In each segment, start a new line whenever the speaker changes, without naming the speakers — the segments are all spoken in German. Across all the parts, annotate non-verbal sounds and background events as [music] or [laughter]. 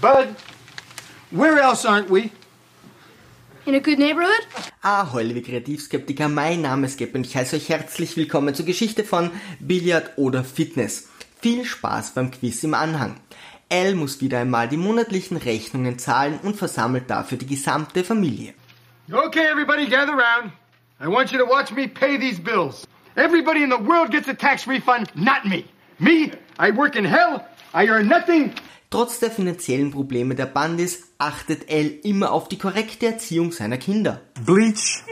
Bud, where else aren't we?
In a good neighborhood?
Ahoi, liebe Kreativskeptiker, mein Name ist Gep und ich heiße euch herzlich willkommen zur Geschichte von Billard oder Fitness. Viel Spaß beim Quiz im Anhang. Elle muss wieder einmal die monatlichen Rechnungen zahlen und versammelt dafür die gesamte Familie.
Okay, everybody, gather round. I want you to watch me pay these bills. Everybody in the world gets a tax refund, not me. Me, I work in hell, I earn nothing.
Trotz der finanziellen Probleme der Bandis achtet Elle immer auf die korrekte Erziehung seiner Kinder.
Bleach.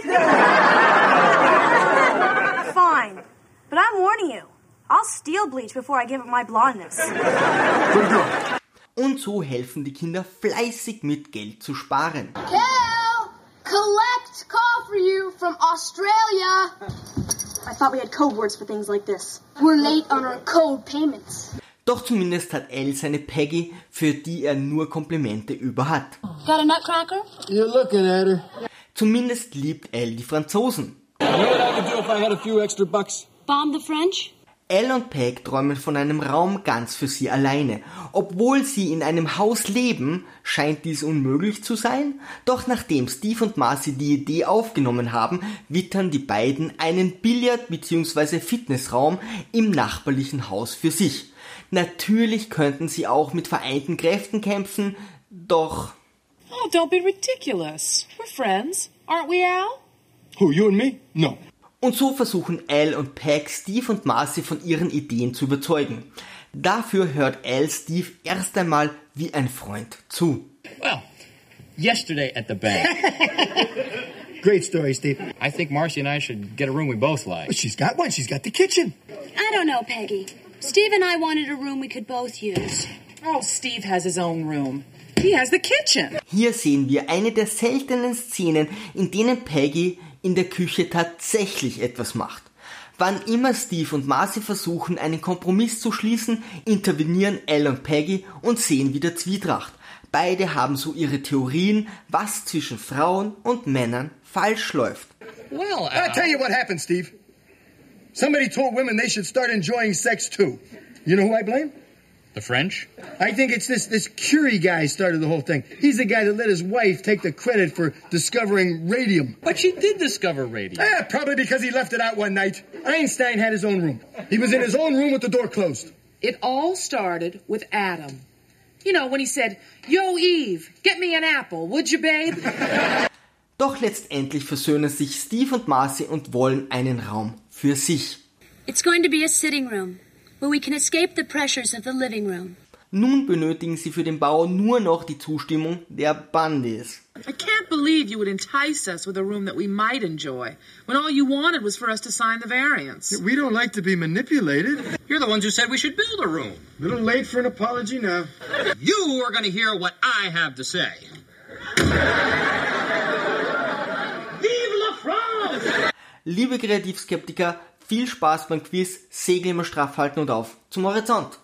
Fine. But I'm warning you. I'll steal bleach before I give up my blondness.
Pretty good.
Und so helfen die Kinder fleißig mit Geld zu sparen.
Kel, collect call for you from Australia.
I thought we had code words for things like this.
We're late on our code payments.
Doch zumindest hat Elle seine Peggy, für die er nur Komplimente über hat.
Got a nutcracker?
You're looking at her.
Zumindest liebt Elle die Franzosen.
You know what I could do if I had a few extra bucks?
Bomb the French?
Elle und Peg träumen von einem Raum ganz für sie alleine. Obwohl sie in einem Haus leben, scheint dies unmöglich zu sein. Doch nachdem Steve und Marcy die Idee aufgenommen haben, wittern die beiden einen Billard- bzw. Fitnessraum im nachbarlichen Haus für sich. Natürlich könnten sie auch mit vereinten Kräften kämpfen, doch
Oh, don't be ridiculous. We're friends, aren't we, Al?
Who, you and me? No.
Und so versuchen Al und Peg Steve und Marcy von ihren Ideen zu überzeugen. Dafür hört Al Steve erst einmal wie ein Freund zu.
Well, yesterday at the
[laughs]
bank.
Great story, Steve.
I think Marcy and I should get a room we both like.
But she's got one. She's got the kitchen.
I don't know, Peggy. Steve and I wanted a room we could both use.
Oh, Steve has his own room. He has the kitchen.
Hier sehen wir eine der seltenen Szenen, in denen Peggy in der Küche tatsächlich etwas macht. Wann immer Steve und Marcy versuchen, einen Kompromiss zu schließen, intervenieren Al und Peggy und sehen wieder Zwietracht. Beide haben so ihre Theorien, was zwischen Frauen und Männern falsch läuft.
Well,
I'll tell you what happened, Steve. Somebody told women they should start enjoying sex too. You know who I blame?
the French?
I think it's this this Curie guy started the whole thing. He's the guy that let his wife take the credit for discovering radium.
But she did discover radio.
Eh, probably because he left it out one night. Einstein had his own room. He was in his own room with the door closed.
It all started with Adam. You know, when he said, Yo, Eve, get me an apple, would you, babe?
Doch letztendlich versöhnen sich Steve und Marcy und wollen einen Raum für sich.
It's going to be a sitting room where we can escape the pressures of the living room.
Nun benötigen sie für den Bau nur noch die Zustimmung der Bandis.
I can't believe you would entice us with a room that we might enjoy when all you wanted was for us to sign the variance.
We don't like to be manipulated.
You're the ones who said we should build a room.
Little late for an apology now.
You are going to hear what I have to say. Vive la France!
Liebe Kreativskeptiker, viel Spaß beim Quiz, Segel immer straff halten und auf zum Horizont.